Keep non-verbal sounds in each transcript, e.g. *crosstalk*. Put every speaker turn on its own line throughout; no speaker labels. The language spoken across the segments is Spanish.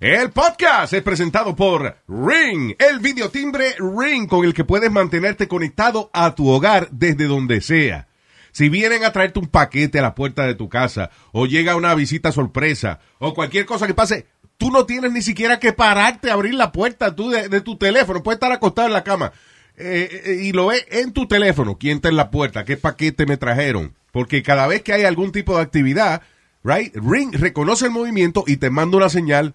El podcast es presentado por Ring, el videotimbre Ring con el que puedes mantenerte conectado a tu hogar desde donde sea. Si vienen a traerte un paquete a la puerta de tu casa, o llega una visita sorpresa, o cualquier cosa que pase, tú no tienes ni siquiera que pararte a abrir la puerta tú de, de tu teléfono. Puedes estar acostado en la cama eh, eh, y lo ves en tu teléfono. ¿Quién está en la puerta? ¿Qué paquete me trajeron? Porque cada vez que hay algún tipo de actividad, right, Ring reconoce el movimiento y te manda una señal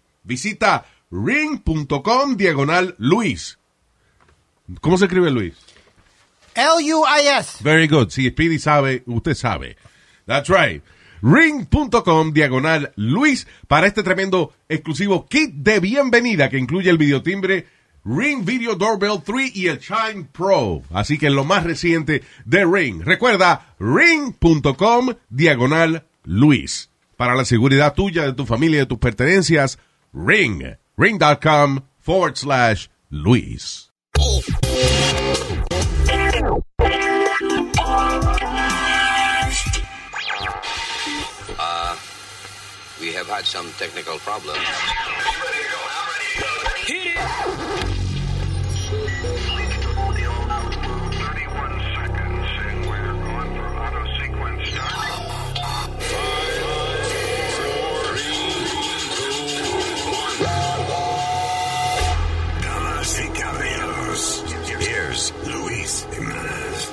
visita ring.com diagonal Luis. ¿Cómo se escribe Luis?
L-U-I-S.
Very good. Si Speedy sabe, usted sabe. That's right. Ring.com diagonal Luis para este tremendo exclusivo kit de bienvenida que incluye el videotimbre Ring Video Doorbell 3 y el Chime Pro. Así que lo más reciente de Ring. Recuerda, ring.com diagonal Luis. Para la seguridad tuya, de tu familia, de tus pertenencias, ring. Ring.com forward slash Luis.
We have had some technical problems.
Damas y caballeros, here's Luis Jimenez.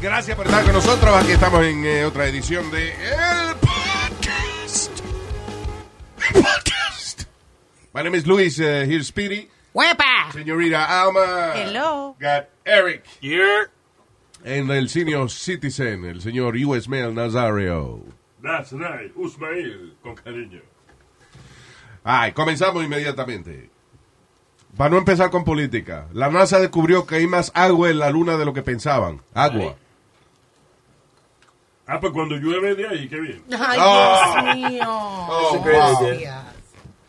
Gracias por estar con nosotros. Aquí estamos en eh, otra edición de El Podcast. El Podcast. My name is Luis. Uh, here's Speedy.
¡Huepa!
Señorita Alma.
Hello.
Got Eric. En el senior citizen, el señor U.S. Mail Nazario.
That's right, Usmail, con cariño.
Ay, comenzamos inmediatamente. Para no empezar con política, la NASA descubrió que hay más agua en la luna de lo que pensaban. Agua.
Ah, pues cuando llueve de ahí, qué bien.
Ay,
Oh.
Dios mío. Gracias.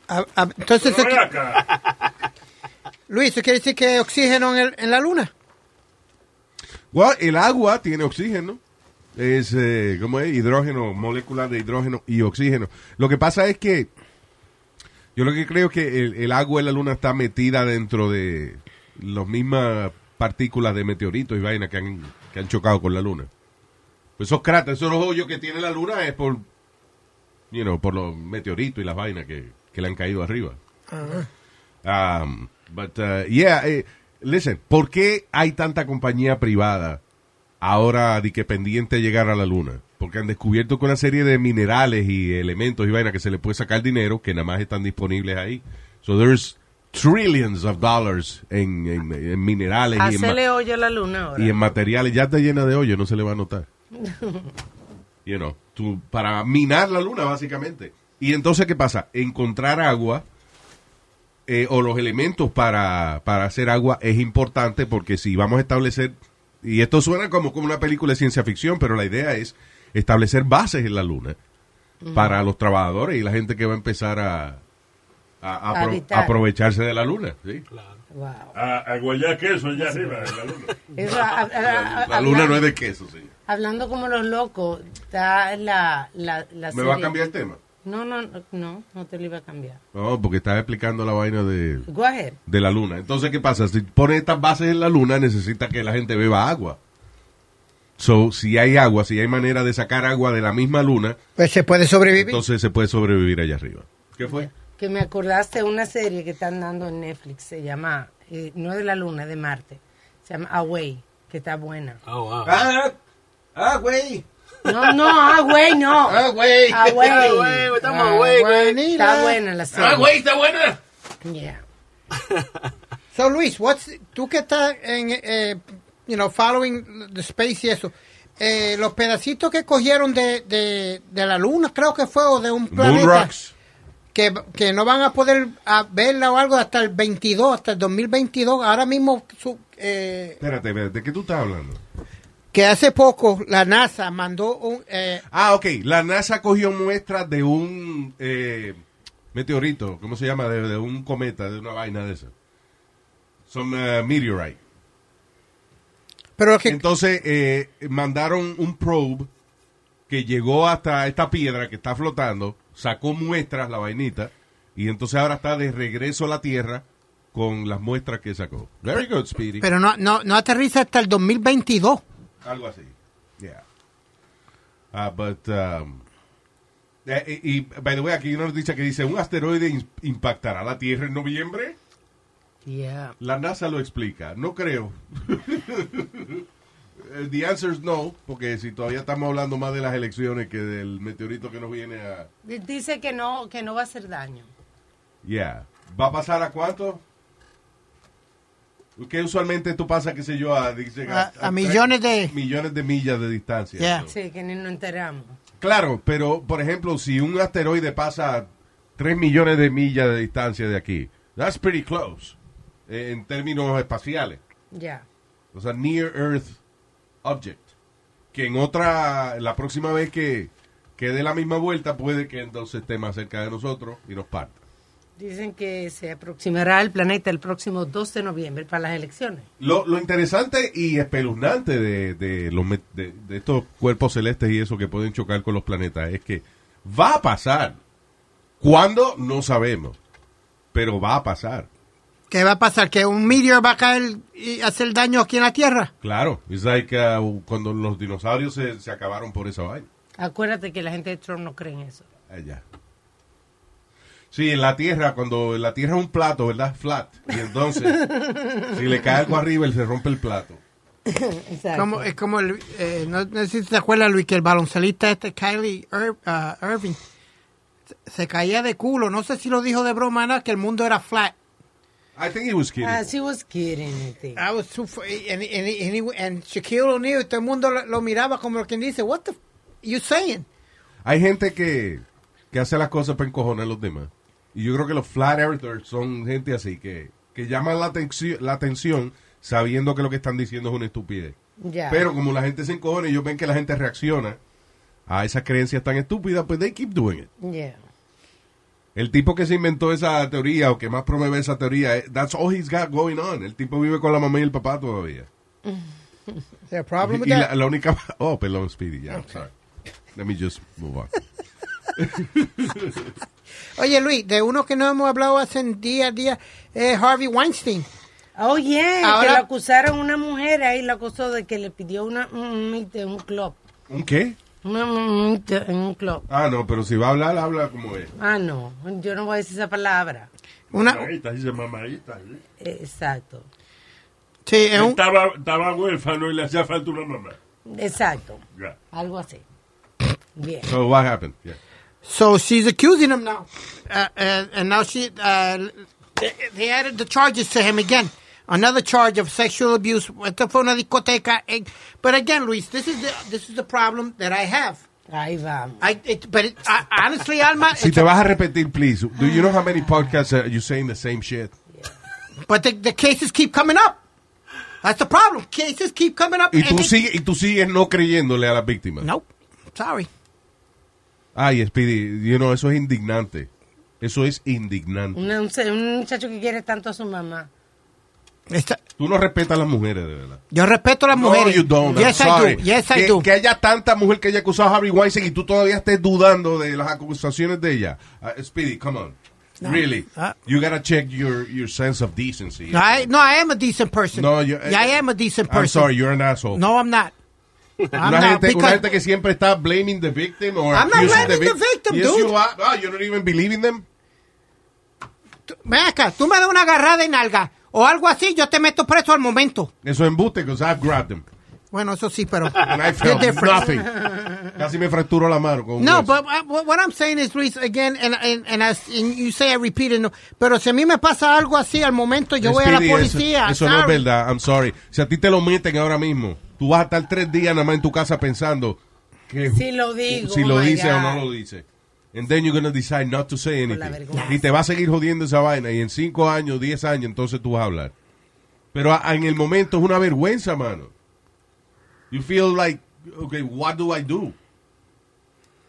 Ah, ah, entonces, eso
Pero ven
qui-
acá.
Luis, ¿eso quiere decir que hay oxígeno en, el- en la luna?
Well, el agua tiene oxígeno. Es, eh, ¿cómo es? Hidrógeno, moléculas de hidrógeno y oxígeno. Lo que pasa es que yo lo que creo es que el, el agua en la luna está metida dentro de las mismas partículas de meteoritos y vainas que han, que han chocado con la luna. Pues esos cráteres, esos hoyos que tiene la luna es por, you know, por los meteoritos y las vainas que, que le han caído arriba. Um, but, uh, yeah, eh, listen, ¿por qué hay tanta compañía privada ahora de que pendiente de llegar a la luna? Porque han descubierto que una serie de minerales y elementos y vainas que se le puede sacar dinero que nada más están disponibles ahí. So there's trillions of dollars en, en- en minerales y en, ma-
Hacele hoyo a la luna ahora.
y en materiales. Ya está llena de hoyo, no se le va a
*laughs*
notar. You know, tú- para minar la luna, básicamente. Y entonces, ¿qué pasa? Encontrar agua eh, o los elementos para, para hacer agua es importante porque si vamos a establecer, y esto suena como, como una película de ciencia ficción, pero la idea es establecer bases en la luna para los trabajadores y la gente que va a empezar a, a- a apro-
habitar.
aprovecharse de la luna. ¿sí?
Wow.
A, a guayar queso allá arriba, en la luna.
Eso, a- a- a-
La luna no es de queso, sí.
Hablando como los locos, está la, la, la
¿Me va a
serie.
cambiar este? el tema?
No, no, no, no, no te lo iba a cambiar.
No, porque estaba explicando la vaina de,
Go ahead.
de la luna. Entonces, ¿qué pasa? Si pone estas bases en la luna, necesita que la gente beba agua. So, si hay agua, si hay manera de sacar agua de la misma luna,
Pues se puede sobrevivir.
entonces se puede sobrevivir allá arriba. ¿Qué fue?
que me acordaste de una serie que están dando en Netflix, se llama, eh, no de la luna, de Marte, se llama Away, que está buena.
Oh, wow.
Ah, ah, güey.
No, no, ah, güey, no.
Ah, güey.
Ah, güey.
Ah, güey, estamos
Ah,
güey, güey.
Está buena la serie.
Ah, güey, está buena.
Yeah.
So, Luis, what's, tú que estás en, eh, you know, following the space y eso, eh, los pedacitos que cogieron de, de, de la luna, creo que fue, o de un planeta,
Moon Rocks.
que, que no van a poder ah, verla o algo hasta el 22, hasta el 2022, ahora mismo, su- eh,
Espérate, espérate, ¿de qué tú estás hablando?
que hace poco la NASA mandó un... eh,
Ah, ok. La NASA cogió muestras de un eh, meteorito, ¿cómo se llama? De, de un cometa, de una vaina de esa. Son eh, meteorite.
pero que,
Entonces eh, mandaron un probe que llegó hasta esta piedra que está flotando, sacó muestras la vainita y entonces ahora está de regreso a la Tierra con las muestras que sacó. Very good, Speedy.
pero no, no, no aterriza hasta el 2022.
Algo así. Yeah. Ah, but, um, eh, y, y, by the way, aquí hay una noticia que dice, un asteroide in- impactará la Tierra en noviembre.
Yeah.
La NASA lo explica. No creo. *laughs* Eh, The answer is no, porque si todavía estamos hablando más de las elecciones que del meteorito que nos viene a...
D- Dice que no, que no va a hacer daño.
Yeah. ¿Va a pasar a cuánto? Que usualmente tú pasa, qué sé yo, a, dice,
A- a millones de-
Millones de millas de distancia.
Yeah.
Sí, que ni nos enteramos.
Claro, pero por ejemplo, si un asteroide pasa a 3 millones de millas de distancia de aquí, that's pretty close eh, en términos espaciales.
Ya.
O sea, near Earth object. Que en otra, la próxima vez que, que dé la misma vuelta, puede que entonces esté más cerca de nosotros y nos parta.
Dicen que se aproximará al planeta el próximo 2 de noviembre para las elecciones.
Lo, lo interesante y espeluznante de, de los met- de- de estos cuerpos celestes y eso que pueden chocar con los planetas es que va a pasar. ¿Cuándo? No sabemos. Pero va a pasar.
¿Qué va a pasar? ¿Que un meteor va a caer y hacer daño aquí en la Tierra?
Claro. Es like uh, cuando los dinosaurios se, se acabaron por esa vaina.
Acuérdate que la gente de Trump no cree en eso.
Allá. Sí, en la tierra, cuando la tierra es un plato, ¿verdad? Flat. Y entonces, si le cae algo arriba, él se rompe el plato.
Exacto.
Como, es como, el, eh, no, no sé si te acuerdas, Luis, que el baloncelista este, Kylie Ir- ah, Irving, se- se caía de culo. No sé si lo dijo de broma, nada, que el mundo era flat.
I think he was kidding.
Ah, she was kidding, I think.
I was too fu- and, and, and, and Shaquille O'Neal, todo el mundo lo, lo miraba como quien dice, what the f you saying?
Hay gente que, que hace las cosas para encojonar a los demás. Y yo creo que los flat earthers son gente así que, que llaman la, atenci- la atención sabiendo que lo que están diciendo es una estupidez.
Ya.
Pero como la gente se encojona y ellos ven que la gente reacciona a esas creencias tan estúpidas, pues they keep doing it.
Yeah.
El tipo que se inventó esa teoría o que más promueve esa teoría, eh, that's all he's got going on. El tipo vive con la mamá y el papá todavía.
Is there a problem with
Y la,
that?
la única... Oh, perdón, Speedy, ya, sorry. Let me just move on.
Oye, Luis, de uno que no hemos hablado hace día a día, es Harvey Weinstein.
Oh, yeah,
Ahora-
que lo acusaron una mujer ahí, lo acusó de que le pidió una mamita en un club.
*laughs* ¿Un qué?
Una mamita en un club.
Ah, no, pero si va a hablar, habla como es.
Ah, no, yo no voy a decir esa palabra.
Una,
Mamadita, dice mamadita. ¿sí?
Eh, Exacto,
sí, es un,
Estaba, estaba huérfano y le hacía falta una mamá.
exacto,
Ya.
algo así. Bien.
So, what happened? Yeah.
So she's accusing him now, uh, uh, and now she uh, they, they added the charges to him again. Another charge of sexual abuse. Esto fue una discoteca. eh, But again, Luis, this is the this is the problem that I have.
Ahí vamos.
I it, but it, I, honestly, Alma.
Si te vas a repetir, please. Do you know how many podcasts are you saying the same shit?
But the, the cases keep coming up. That's the problem. Cases keep coming up.
Y *laughs*
and
tú,
they-
sigue, y tú sigues no creyéndole a las víctimas.
Nope. Sorry.
Ay, Speedy, you know, eso es indignante. Eso es indignante.
Una- un, se- un muchacho que quiere tanto a su mamá.
Esta-
Tú no respetas a las mujeres, de verdad.
yo respeto a las mujeres.
No, you don't. I'm
Yes,
sorry.
I do. Yes,
que,
I do.
Que haya tanta mujer que haya acusado a Harvey Weinstein y tú todavía estés dudando de las acusaciones de ella. Uh, Speedy, come on. Really.
Ah.
you gotta check your, your sense of decency.
No I, no, I am a decent person.
No, you-
yeah, I am a decent person.
I'm sorry, you're an asshole.
No, I'm not. I'm
una,
not.
gente, una
because-
gente que siempre está blaming the victim or
I'm not
accusing
blaming the
vic-
victim,
yes, Ah,
dude.
You are. Oh, you don't even believe in them.
tú- ven acá, tú me das una agarrada de nalga o algo así, yo te meto preso al momento.
Eso es embuste, because I've grabbed them.
Bueno, eso sí, pero.
*laughs*
*laughs*
And I felt nothing. Casi me fracturó la mano con un
No,
hueso.
but uh, what what I'm saying is, Luis, again, and, and, and, as, and you say I repeat it, no, pero si a mí me pasa algo así al momento, yo voy a la
Speedy, eso-
policía.
Eso, no es
sorry.
verdad, I'm sorry. Si a ti te lo meten ahora mismo, tú vas a estar tres días nada más en tu casa pensando que
Si lo digo,
si
oh
lo
my
dice o no
God.
lo dice. And then you're gonna decide not to say
Con la
anything.
vergüenza.
Y te va a seguir jodiendo esa vaina. Y en cinco años, diez años, entonces tú vas a hablar. Pero a- en el momento es una vergüenza, mano. You feel like, okay, what do I do?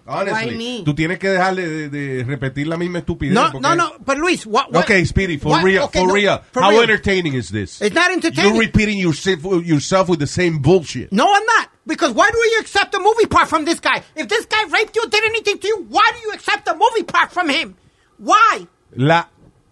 Honestly,
me?
tú tienes que dejarle de, de repetir la misma estupidez.
No,
porque-
no, no, but Luis, what, what-
Okay, Speedy, for
what-
real,
okay,
for
no,
real.
for
How
real.
entertaining is this?
It's not entertaining.
You're repeating yourself, yourself with the same bullshit.
No, I'm not. Because why do you accept the movie part from this guy? If this guy raped you, did anything to you, why do you accept the movie part from him? Why?
La,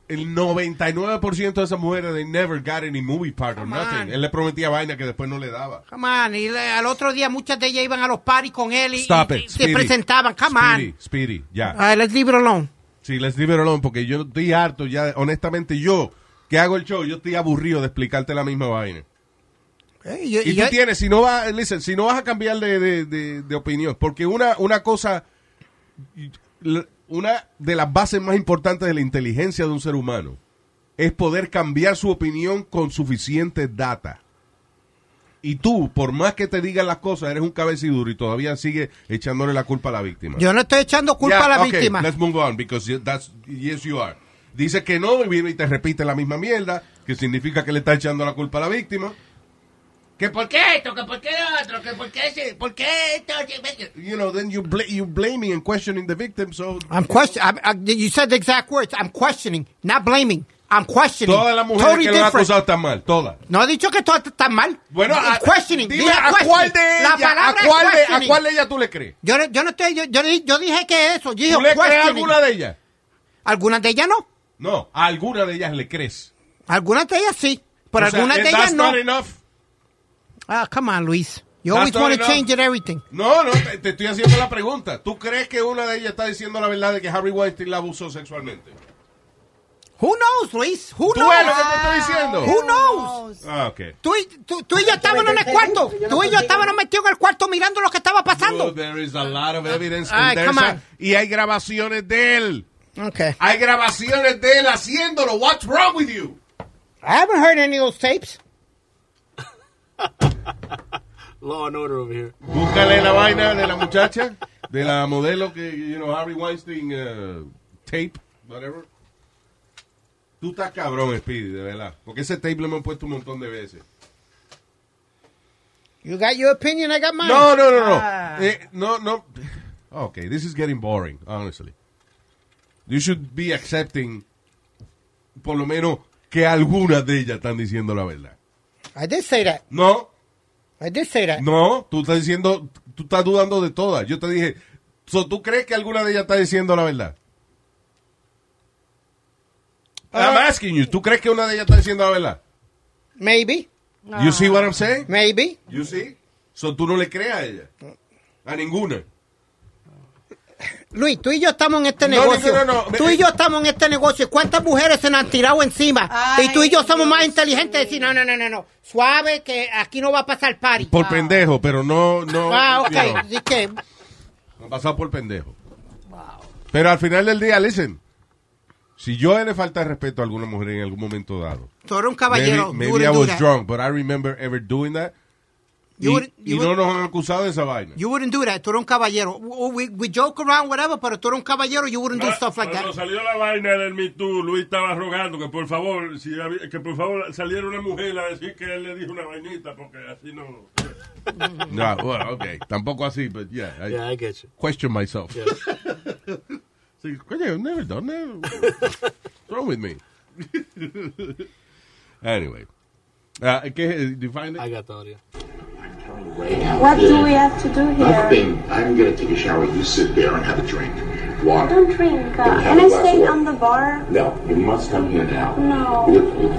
el 99% de esas mujeres, they never got any movie part or
Come
nothing.
on.
Él le prometía vaina que después no le daba.
Come on, y le- al otro día muchas de ellas iban a los parties con él y,
Stop
y-
it,
y se
Speedy.
presentaban. Come
Speedy,
on. Ah.
Speedy, ya.
All right, let's leave it alone.
Sí, let's leave it alone, porque yo estoy harto ya. Honestamente, yo que hago el show, yo estoy aburrido de explicarte la misma vaina.
Eh, yo-
Y
yo-
tú tienes, si no, va, listen, si no vas a cambiar de, de- de- de opinión, porque una, una cosa, una de las bases más importantes de la inteligencia de un ser humano es poder cambiar su opinión con suficiente data. Y tú, por más que te digan las cosas, eres un cabeciduro y todavía sigue echándole la culpa a la víctima.
yo no estoy echando culpa
Yeah,
a la
okay,
víctima.
Let's move on because you- that's yes you are. Dice que no y viene y te repite la misma mierda, que significa que le está echando la culpa a la víctima. Que por qué esto, que por qué lo otro, que por qué ese, por qué esto, que- you know, then you bla- you blaming and questioning the victim, so
I'm question. I'm, I, you said the exact words. I'm questioning, not blaming. I'm questioning.
todas las mujeres
Totally
que lo han
different.
acusado están mal, todas.
No he dicho que todo está mal.
Bueno,
I'm
a,
questioning.
dime,
Dije
¿a
questioning.
cuál de
La
ellas, a
palabra es
cuál de, a
questioning.
cuál de ellas tú le crees?
Yo, no- yo no estoy, yo, yo, di- yo dije que eso. Yo dije
¿Tú le crees a
questioning.
alguna de ellas?
Algunas de ellas no.
No, a alguna de ellas le crees.
Algunas de ellas sí. Pero
O sea,
algunas de
that's
ellas no.
not enough.
Ah, come on, Luis. You
That's
always
not
want to
enough.
change it everything.
No, no, te, te estoy haciendo la pregunta. ¿Tú crees que una de ellas está diciendo la verdad de que Harry Weinstein la abusó sexualmente?
Who knows, Luis? Who
¿Tú ves lo
knows?
que te estoy diciendo?
Who knows?
Ah, ok.
Tú y, tú, tú y yo estábamos en el cuarto. Tú y yo estábamos metidos en el cuarto mirando lo que estaba
Dude,
pasando.
there is a lot of evidence.
Ay,
and there's
come
a-
on.
y hay grabaciones de él.
Okay.
Hay grabaciones de él haciéndolo. What's wrong with you?
I haven't heard any of those tapes.
Law and order over here.
Búscale la vaina de la muchacha, de la modelo que, you know, Harry Weinstein uh, tape, whatever. Tú estás cabrón, Speedy, de verdad. Porque ese tape lo hemos puesto un montón de veces.
You got your opinion, I got mine.
No, no, no, no.
Ah.
Eh, no, no. Okay, this is getting boring, honestly. You should be accepting, por lo menos, que algunas de ellas están diciendo la verdad.
I did say that.
No,
I did say that.
no, tú estás diciendo, tú estás dudando de todas. Yo te dije, so, ¿tú crees que alguna de ellas está diciendo la verdad? I'm asking you, ¿tú crees que una de ellas está diciendo la verdad?
Maybe.
You see what I'm saying?
Maybe.
You see? So, tú no le creas a ella. A ninguna.
Luis, tú y yo estamos en este
No,
negocio.
no, no, no.
Tú y yo estamos en este negocio. ¿Cuántas mujeres se nos han tirado encima?
Ay,
y tú y yo somos
Dios
más inteligentes. Decir, no, no, no, no, no. Suave, que aquí no va a pasar party.
Por pendejo, pero no, no.
ah,
you know,
ok. ¿Y qué?
no han pasado por pendejo. Pero al final del día, listen. Si yo le falta respeto a alguna mujer en algún momento dado,
Tú eres un caballero.
maybe,
you
maybe I
wouldn't do
was
that.
drunk, but I remember ever doing that.
You
y
wouldn't-
y
you
no
wouldn't-
nos han acusado de esa vaina.
You wouldn't do that. Tú eres un caballero. We, we- we joke around, whatever, pero tú eres un caballero. You wouldn't
Ah,
do stuff like
Ah, Cuando
that.
salió la vaina del Me Too, Luis estaba rogando que por favor, si había- que por favor saliera una mujer a decir que él le dijo una vainita, porque así no.
No, bueno, okay. Tampoco así, but yeah, I
Yeah, I get you.
question myself. *laughs* Sí, coño, I've never done
*laughs*
that. What's wrong with me? *laughs* anyway. Ah, ¿qué, do you find it?
I got the audio.
What do we have to do here?
Nothing. I'm gonna take a shower. You sit there and have a drink. Water.
Don't drink. Uh,
Don't have
can
a
I
glass
stay
of
on
water.
the bar?
No, you must come here now.
No.
Look, look,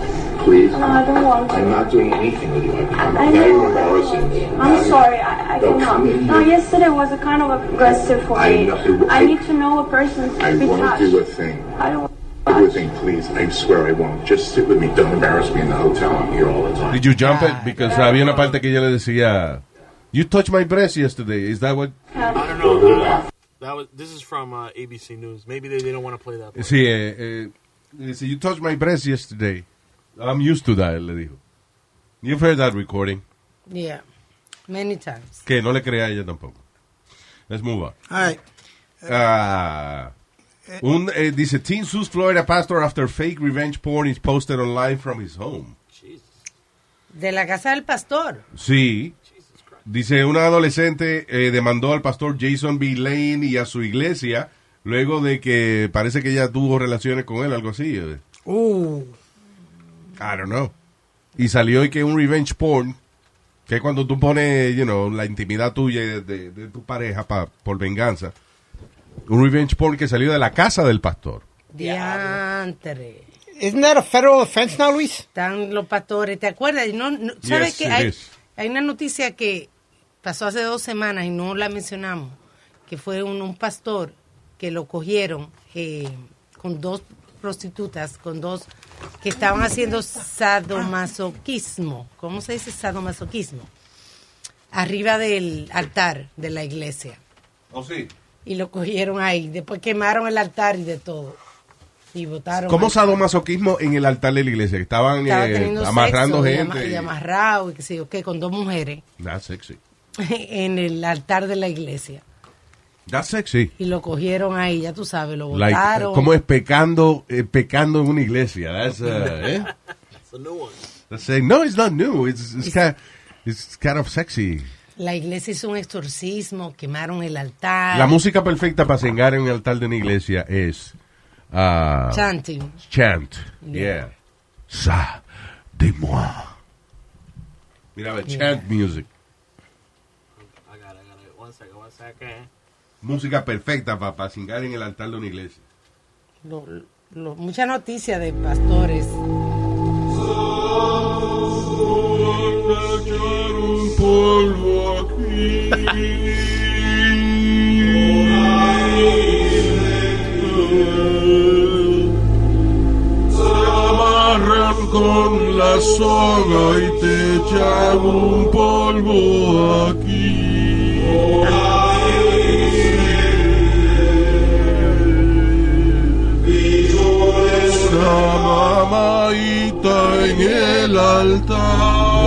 please.
No, I don't want to.
I'm not doing anything with you. I'm,
I
I'm very embarrassing.
know. I'm sorry. I, I
Don't
cannot.
come in
No,
here.
yesterday was a kind of aggressive for
I
me.
know-
I need to know a person to
I
be
want to do a
touched.
thing.
I don't.
with me, please. I swear I won't. Just sit with me. Don't embarrass me in the hotel. I'm here all the time.
Did you jump it? Because había una parte que yo le decía, you touched my breast yesterday. Is that what?
I don't know. That was. This is from uh, ABC News. Maybe they, they don't want to play that.
Sí, eh, eh, le dice, you touched my breast yesterday. I'm used to that, le dijo. You've heard that recording.
Yeah. Many times.
Que no le crea a ella tampoco. Let's move on.
All right.
Ah, un, eh, dice, Teen sues Florida pastor after fake revenge porn is posted online from his home.
De la casa del pastor.
Sí. Dice, una adolescente eh, demandó al pastor Jason B. Lane y a su iglesia luego de que parece que ella tuvo relaciones con él, algo así. eh.
Ooh.
I don't know. Y salió y que un revenge porn, que es cuando tú pones, you know, la intimidad tuya y de, de- de tu pareja pa- por venganza. Un revenge porn que salió de la casa del pastor.
Diantre.
Isn't that a federal offense now, Luis?
Están los pastores. ¿Te acuerdas? Y No, no- ¿Sabes
Yes,
que
it
hay,
is.
hay una noticia que pasó hace dos semanas y no la mencionamos? Que fue un, un pastor que lo cogieron eh, con dos prostitutas, con dos que estaban haciendo sadomasoquismo. ¿Cómo se dice sadomasoquismo? Arriba del altar de la iglesia.
Oh, sí.
y lo cogieron ahí. Después quemaron el altar y de todo. Y votaron.
¿Cómo sadomasoquismo en el altar de la iglesia? Que estaban,
Estaba
eh,
teniendo
amarrando
sexo y ama-
gente.
Y, amarrado y que sé yo qué, con dos mujeres *laughs*
That's sexy.
en el altar de la iglesia.
That's sexy.
Y lo cogieron ahí, ya tú sabes, lo
Like,
votaron.
eh, ¿Cómo es pecando, eh, pecando en una iglesia? That's, uh, eh?
It's a new one.
That's saying, no, it's not new. It's, it's, kind, it's kind of sexy.
La iglesia hizo un exorcismo, quemaron el altar.
La música perfecta para cingar en el altar de una iglesia es ah,
chanting.
chant. Yeah. Sa de moi. Mira, ve, chant music.
I got it. I got it. One second. One second.
Música perfecta para cingar en el altar de una iglesia.
Lo- lo- mucha noticia de pastores.
amarran con la soga y te echan un polvo aquí. La mamaita en el altar.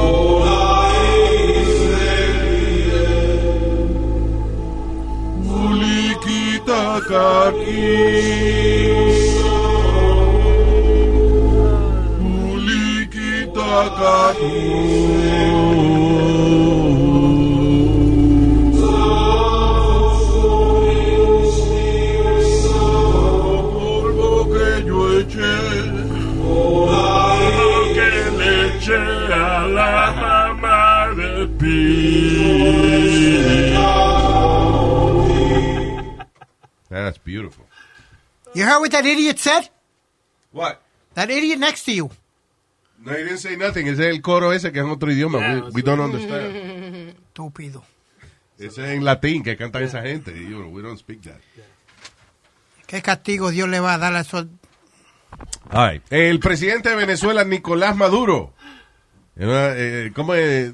Buliquita caqui. Polvo oh, que yo eché, lo que le eché a la mamá de Pi.
That's beautiful.
You heard what that idiot said?
What?
That idiot next to you.
No, he didn't say nothing. Ese es el coro ese que es en otro idioma.
Yeah,
we,
that's
we don't understand.
Estúpido.
Ese es en latín que cantan esa gente. You know, we don't speak that.
¿Qué castigo Dios le va a dar a esos
All right. El presidente de Venezuela, Nicolás Maduro. Eh, eh, ¿Cómo es?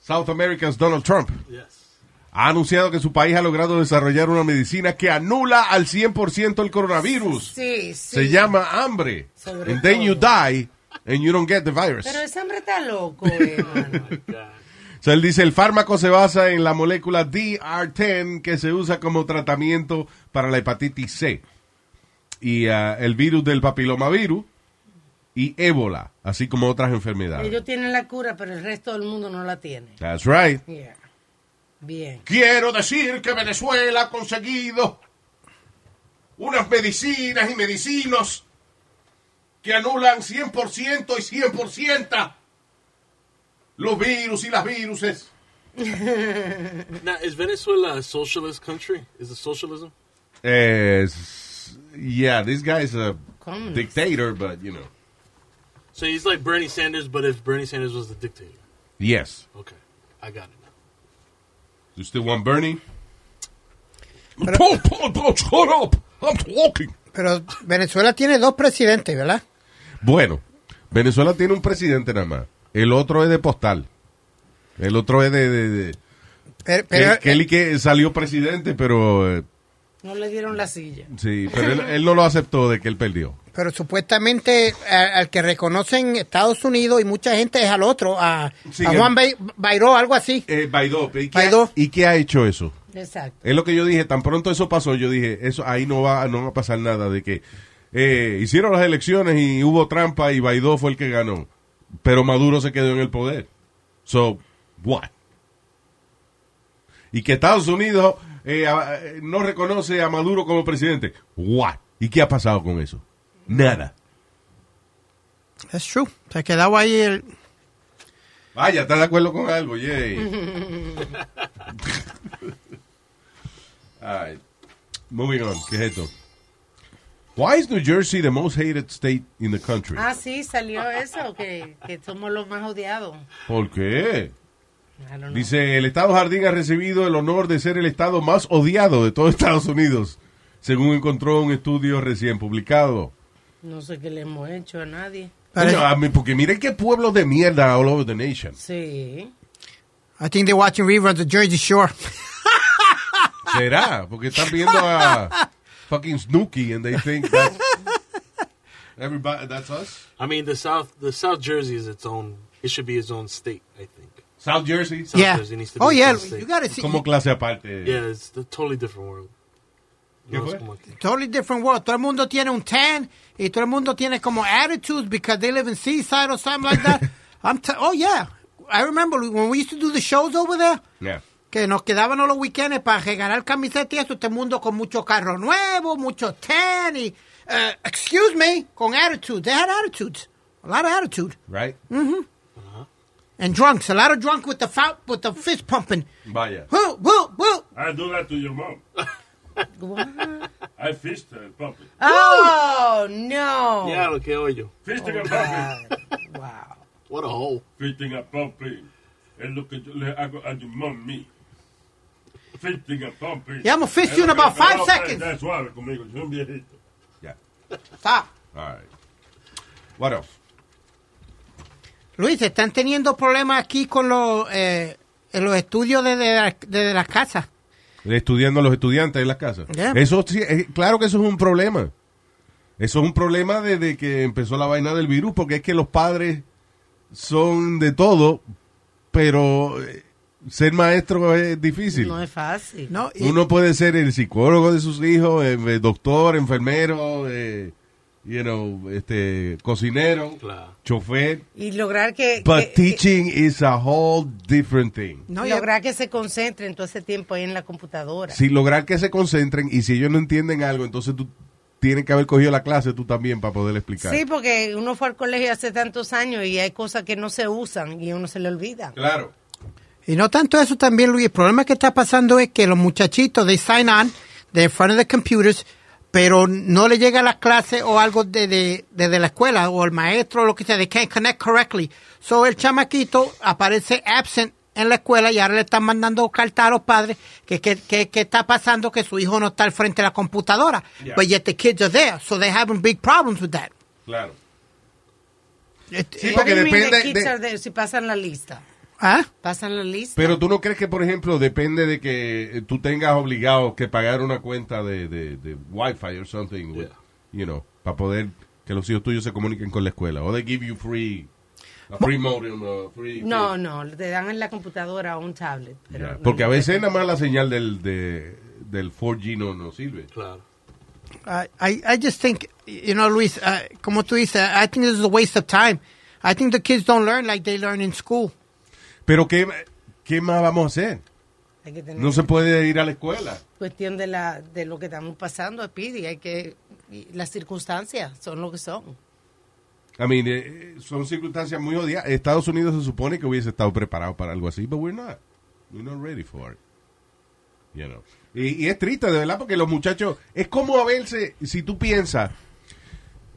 South America's Donald Trump.
Yes. *laughs*
Ha anunciado que su país ha logrado desarrollar una medicina que anula al 100% el coronavirus.
Sí, sí.
Se llama hambre.
Sobre
and then you
todo.
die and you don't get the virus.
Pero ese hombre está loco, eh,
*laughs*
hermano.
God.
O sea, él dice, el fármaco se basa en la molécula DR10 que se usa como tratamiento para la hepatitis C y ah, el virus del papilomavirus y ébola, así como otras enfermedades.
Ellos tienen la cura, pero el resto del mundo no la tiene.
That's right.
Yeah. Bien.
Quiero decir que Venezuela ha conseguido unas medicinas y medicinos que anulan 100% y 100% los virus y las viruses.
Now, is Venezuela a socialist country? Is it socialism?
Eh, s- yeah, this guy is a
Communist.
dictator, but you know.
So he's like Bernie Sanders, but if Bernie Sanders was the dictator.
Yes.
Okay, I got it now.
You still want Bernie? Paul, Paul, Paul, shut up! I'm talking.
Pero Venezuela tiene dos presidentes, ¿verdad?
Bueno, Venezuela tiene un presidente nada más. El otro es de postal. El otro es de... de- de-
Pero, eh,
que- que él y que salió presidente, pero... eh,
No le dieron la silla.
sí, pero él, él no lo aceptó de que él perdió.
Pero supuestamente a- al que reconocen Estados Unidos y mucha gente es al otro, a,
Sí,
a
que-
Juan Bai- Bairó, algo así.
Eh, Baidó, ¿y qué,
Baidó.
¿Y qué ha hecho eso?
Exacto.
Es lo que yo dije, tan pronto eso pasó, yo dije, eso ahí no va, no va a pasar nada de que eh, hicieron las elecciones y hubo trampa y Baidó fue el que ganó, pero Maduro se quedó en el poder. So, what? Y que Estados Unidos eh, a- eh, no reconoce a Maduro como presidente. What? ¿Y qué ha pasado con eso? Nada.
Es true. Se quedaba ahí el...
Vaya, ¿estás de acuerdo con algo? Yay. All right. Moving on. ¿Qué es esto? Why is New Jersey the most hated state in the country?
Ah, sí, salió eso, que, que somos los más odiados.
¿Por qué?
I don't know.
Dice, el Estado Jardín ha recibido el honor de ser el Estado más odiado de todo Estados Unidos, según encontró un estudio recién publicado.
No sé qué le hemos hecho a nadie.
Coño, a mí- porque miren qué pueblos de mierda all over the nation.
Sí.
I think they're watching reruns of Jersey Shore.
¿Será? Porque están viendo a fucking Snooki and they think that's, everybody, that's us.
I mean, the South, the South Jersey is its own. It should be its own state, I think.
South Jersey.
South
Yeah.
Jersey needs to
Oh,
be
yeah,
its own state.
you gotta see-
Como clase aparte.
Yeah, it's a totally different world.
¿Qué
No,
fue?
es como aquí.
Totally different world. Todo el mundo tiene un tan y todo el mundo tiene como attitudes because they live in Seaside or something like
*laughs*
that. I'm t- oh, yeah. I remember when we used to do the shows over there.
Yeah.
que nos quedaban a los weekends para regalar camisetas y eso, este mundo con mucho carro nuevo, mucho tan y, eh, excuse me, con attitude. They had attitudes. A lot of attitude.
Right?
And drunks. A lot of drunk with the, fou- with the fist pumping.
Vaya.
Woo, woo, woo.
I do that to your mom.
What?
I fist her and pump it.
Oh, no.
Yeah, lo que oyo.
Fisting and
Oh,
pumping.
Wow.
What a hole.
Fisting and pumping. And look at you, I go at your mom, me. Fisting and pumping.
Yeah, I'ma fist you in about five seconds.
That's why conmigo, yo soy un viejito.
Yeah.
Stop.
All right. What else?
Luis, están teniendo problemas aquí con los, eh, en los estudios de, de, la- de las casas.
Estudiando a los estudiantes en las casas.
Yeah.
Eso sí, eh, claro que eso es un problema. Eso es un problema desde que empezó la vaina del virus, porque es que los padres son de todo, pero eh, ser maestro es difícil.
No es fácil.
¿no? Y-
Uno puede ser el psicólogo de sus hijos, eh, doctor, enfermero, eh, you know, este, cocinero,
Claro.
chofer.
Y lograr que...
But
que- que-
teaching is a whole different thing.
no, y-
lograr que se concentren todo ese tiempo ahí en la computadora.
Si lograr que se concentren y si ellos no entienden algo, entonces tú tienes que haber cogido la clase tú también para poder explicar.
Sí, porque uno fue al colegio hace tantos años y hay cosas que no se usan y a uno se le olvida.
Claro.
Y no tanto eso también, Luis. El problema que está pasando es que los muchachitos, they sign on, de front of the computers, pero no le llega a las clases o algo desde de, desde la escuela o el maestro o lo que sea. They can't connect correctly. So el chamaquito aparece absent en la escuela y ahora le están mandando cartas a los padres que, que, que, que está pasando que su hijo no está al frente de la computadora.
Yeah.
But yet the kids are there, so they're having big problems with that.
Claro.
Este,
Sí, porque
What do you mean the
depende
kids
de-
are there? si pasan la lista.
¿Ah?
Pasan la lista.
Pero tú no crees que, por ejemplo, depende de que eh, tú tengas obligado que pagar una cuenta de, de, de Wi-Fi o something, with- you know, para poder que los hijos tuyos se comuniquen con la escuela. O they give you free, a free modem, a free...
no, no, te dan en la computadora o un tablet. pero
Ya,
no-
Porque a veces nada más la señal del, de- del 4G no, no sirve.
Claro.
I, I I just think, you know, Luis, uh, como tú dices, I think this is a waste of time. I think the kids don't learn like they learn in school.
Pero ¿qué, qué más vamos a hacer?
Hay que tener
No se puede ir a la escuela.
cuestión de, la, de lo que estamos pasando, Pidi. Hay que, y las circunstancias son lo que son.
I mean, eh, eh, son circunstancias muy odiadas. Estados Unidos se supone que hubiese estado preparado para algo así, but we're not. We're not ready for it. You know. Y, y es triste, de verdad, porque los muchachos... Es como a verse, si tú piensas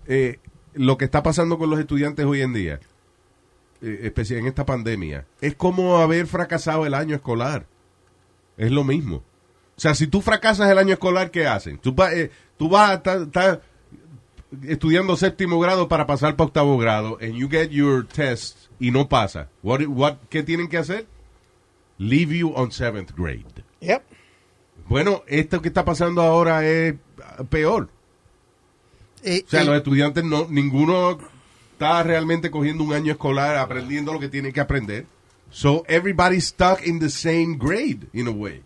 eh, lo que está pasando con los estudiantes hoy en día, eh, especial en esta pandemia, es como haber fracasado el año escolar. Es lo mismo. O sea, si tú fracasas el año escolar, ¿qué hacen? Tú, va- eh, tú vas a estar- estar estudiando séptimo grado para pasar para octavo grado, and you get your test y no pasa. What, what, ¿Qué tienen que hacer? Leave you on seventh grade.
Yep.
Bueno, esto que está pasando ahora es ah, peor. O sea, los estudiantes, no, ninguno está realmente cogiendo un año escolar, aprendiendo lo que tiene que aprender. So, everybody's stuck in the same grade, in a way.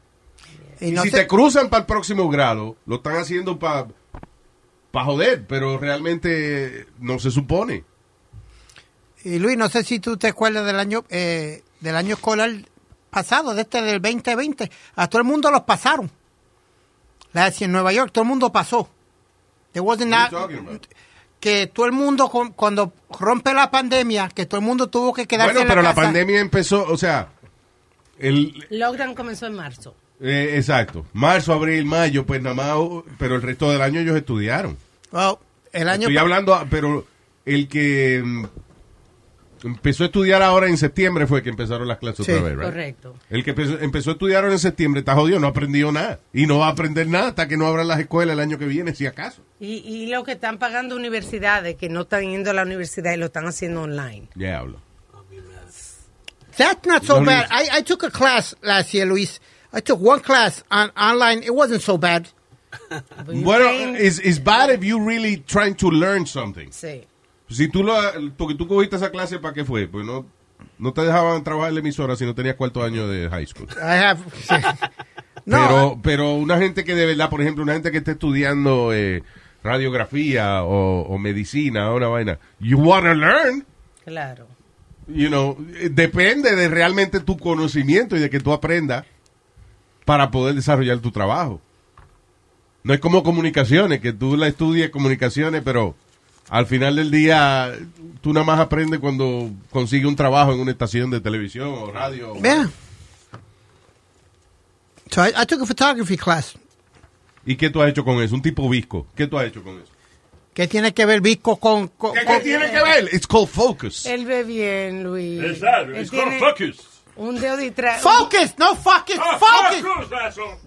Y,
no
si
se-
te cruzan para el próximo grado, lo están haciendo para pa joder, pero realmente no se supone.
Y Luis, no sé si tú te acuerdas del año eh, del año escolar pasado, de este del 2020. A todo el mundo los pasaron. La en Nueva York, todo el mundo pasó. There wasn't
What are
that-
you talking about?
que todo el mundo, cu- cuando rompe la pandemia, que todo el mundo tuvo que quedarse
Bueno,
en la
pero la
casa.
pandemia empezó, o sea, el,
Lockdown comenzó en marzo.
Eh, exacto. Marzo, abril, mayo, pues nada más, oh, pero el resto del año ellos estudiaron.
Well, el año
Estoy hablando, ah, pero el que mm, empezó a estudiar ahora en septiembre fue que empezaron las clases
Sí.
otra vez, ¿right?
Correcto.
El que empezó, empezó a estudiar ahora en septiembre está jodido, no aprendió nada. Y no va a aprender nada hasta que no abran las escuelas el año que viene, si acaso.
Y, y los que están pagando universidades, que no están yendo a la universidad y lo están haciendo online.
Ya hablo.
That's not so
No,
bad.
Luis.
I, I took a class last year, Luis. I took one class on online. It wasn't so bad.
Bueno, it's, it's bad if you really trying to learn something.
Sí.
Si tú lo, porque tú cogiste esa clase, ¿para qué fue? Pues no, no te dejaban trabajar en la emisora si no tenías cuarto año de high school.
I have.
Pero,
no,
pero una gente que de verdad, por ejemplo, una gente que está estudiando eh, radiografía o, o medicina o una vaina, you wanna learn,
Claro.
you know, eh, depende de realmente tu conocimiento y de que tú aprendas para poder desarrollar tu trabajo. No es como comunicaciones, que tú la estudies comunicaciones, pero al final del día tú nada más aprendes cuando consigues un trabajo en una estación de televisión o radio.
yeah. So I, I took a photography class.
¿Y qué tú has hecho con eso? Un tipo visco. ¿Qué tú has hecho con eso?
¿Qué tiene que ver Visco con, con-
¿Qué,
con-
tiene que ver? It's called focus.
Él ve bien, Luis.
Exacto.
Él
It's called
tiene
focus.
Un dedo distraído.
Focus, no focus,
Ah,
focus.
focus, asshole.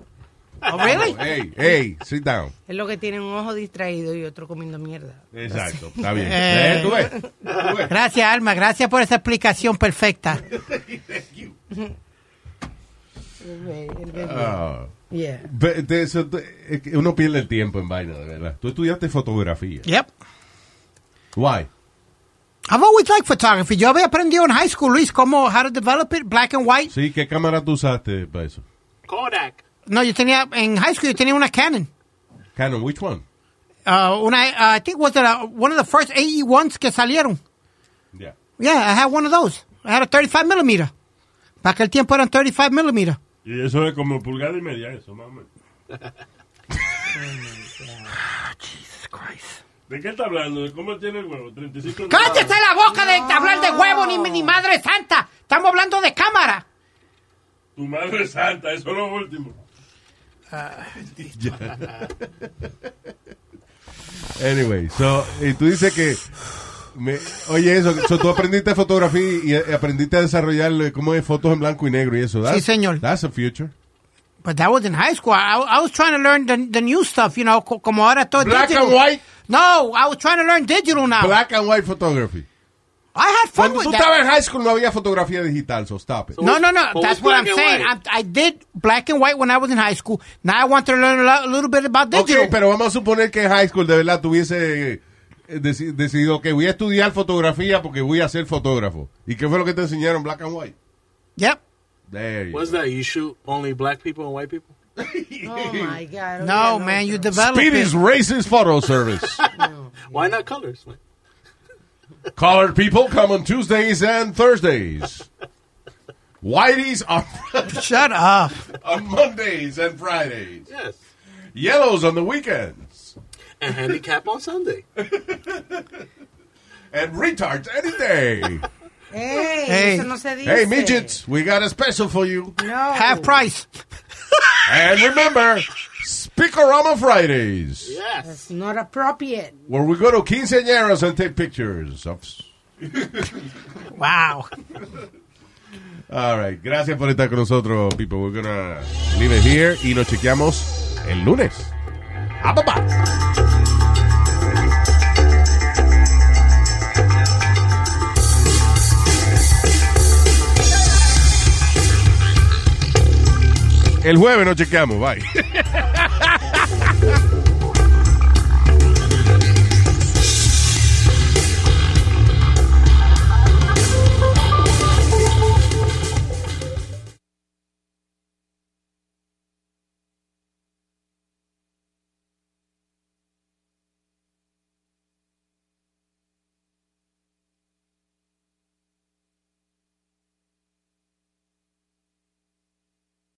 Oh, really?
Hey, hey, sit down.
Es lo que tiene un ojo distraído y otro comiendo mierda.
Exacto, está bien.
Eh.
Eh, ¿tú ves? ¿Tú ves?
Gracias, Alma. Gracias por esa explicación perfecta.
Él ve- él ve bien.
Ah,
Yeah.
ve- te- eso te- es que uno pierde el tiempo en vaina, de verdad. Tú estudiaste fotografía.
Yep.
Why?
I've always liked photography. Yo había aprendido en high school, Luis, cómo how to develop it, black and white.
Sí, ¿qué cámara tú usaste para eso?
Kodak.
No, yo tenía en high school yo tenía una Canon.
Canon, which one?
Uh, una, uh, I think was it, uh, one of the first AE ones que salieron.
Yeah.
Yeah, I had one of those. I had a 35 millimeter. Para aquel tiempo eran 35 millimeter.
Y eso es
*laughs*
como pulgada y media,
*laughs*
eso, mamá. ¿De qué está hablando? ¿De cómo tiene el huevo? 35
¡Cállate la boca de hablar de huevo ni, ni madre santa! Estamos hablando de cámara.
Tu madre es santa, eso es lo último.
Anyway, so, y tú dices que. me- oye, eso, so tú aprendiste fotografía y eh, aprendiste a desarrollar eh, cómo es fotos en blanco y negro y eso, ¿verdad?
Sí, señor.
That's a future.
But that was in high school. I, I was trying to learn the, the new stuff, you know, co- como ahora todo
Black
digital.
and white?
No, I was trying to learn digital now.
Black and white photography.
I had fun
Cuando
with
tú
that.
estabas en high school no había fotografía digital, so stop it.
No, no, no.
But
That's
what's
what I'm
black and
saying. I,
white?
I did black and white when I was in high school. Now I want to learn a, lo- a little bit about
Ok,
digital.
pero vamos a suponer que en high school de verdad tuviese eh, deci- decidido que voy a estudiar fotografía porque voy a ser fotógrafo. ¿Y qué fue lo que te enseñaron? Black and white.
Yep.
There you
What's
go.
that? You shoot only black people and white people?
Oh my God.
No,
Oiga,
man, you
pero-
develop
Speedy's
it.
Racist Photo Service.
Why not colors? man?
Colored people come on Tuesdays and Thursdays. Whiteys on, *laughs*
Shut up.
on Mondays and Fridays.
Yes.
Yellows on the weekends.
And handicap on Sunday.
And retards any day.
Ey,
Hey.
eso no se dice.
hey, midgets, we got a special for you.
No.
Half price.
And remember, Speakerama Fridays.
Yes.
Not appropriate.
where we go to quinceañeras and take pictures of
Wow.
All right. Gracias por estar con nosotros, people. We're gonna leave it here y nos chequeamos el lunes. ¡A papá! El jueves nos chequeamos. Bye.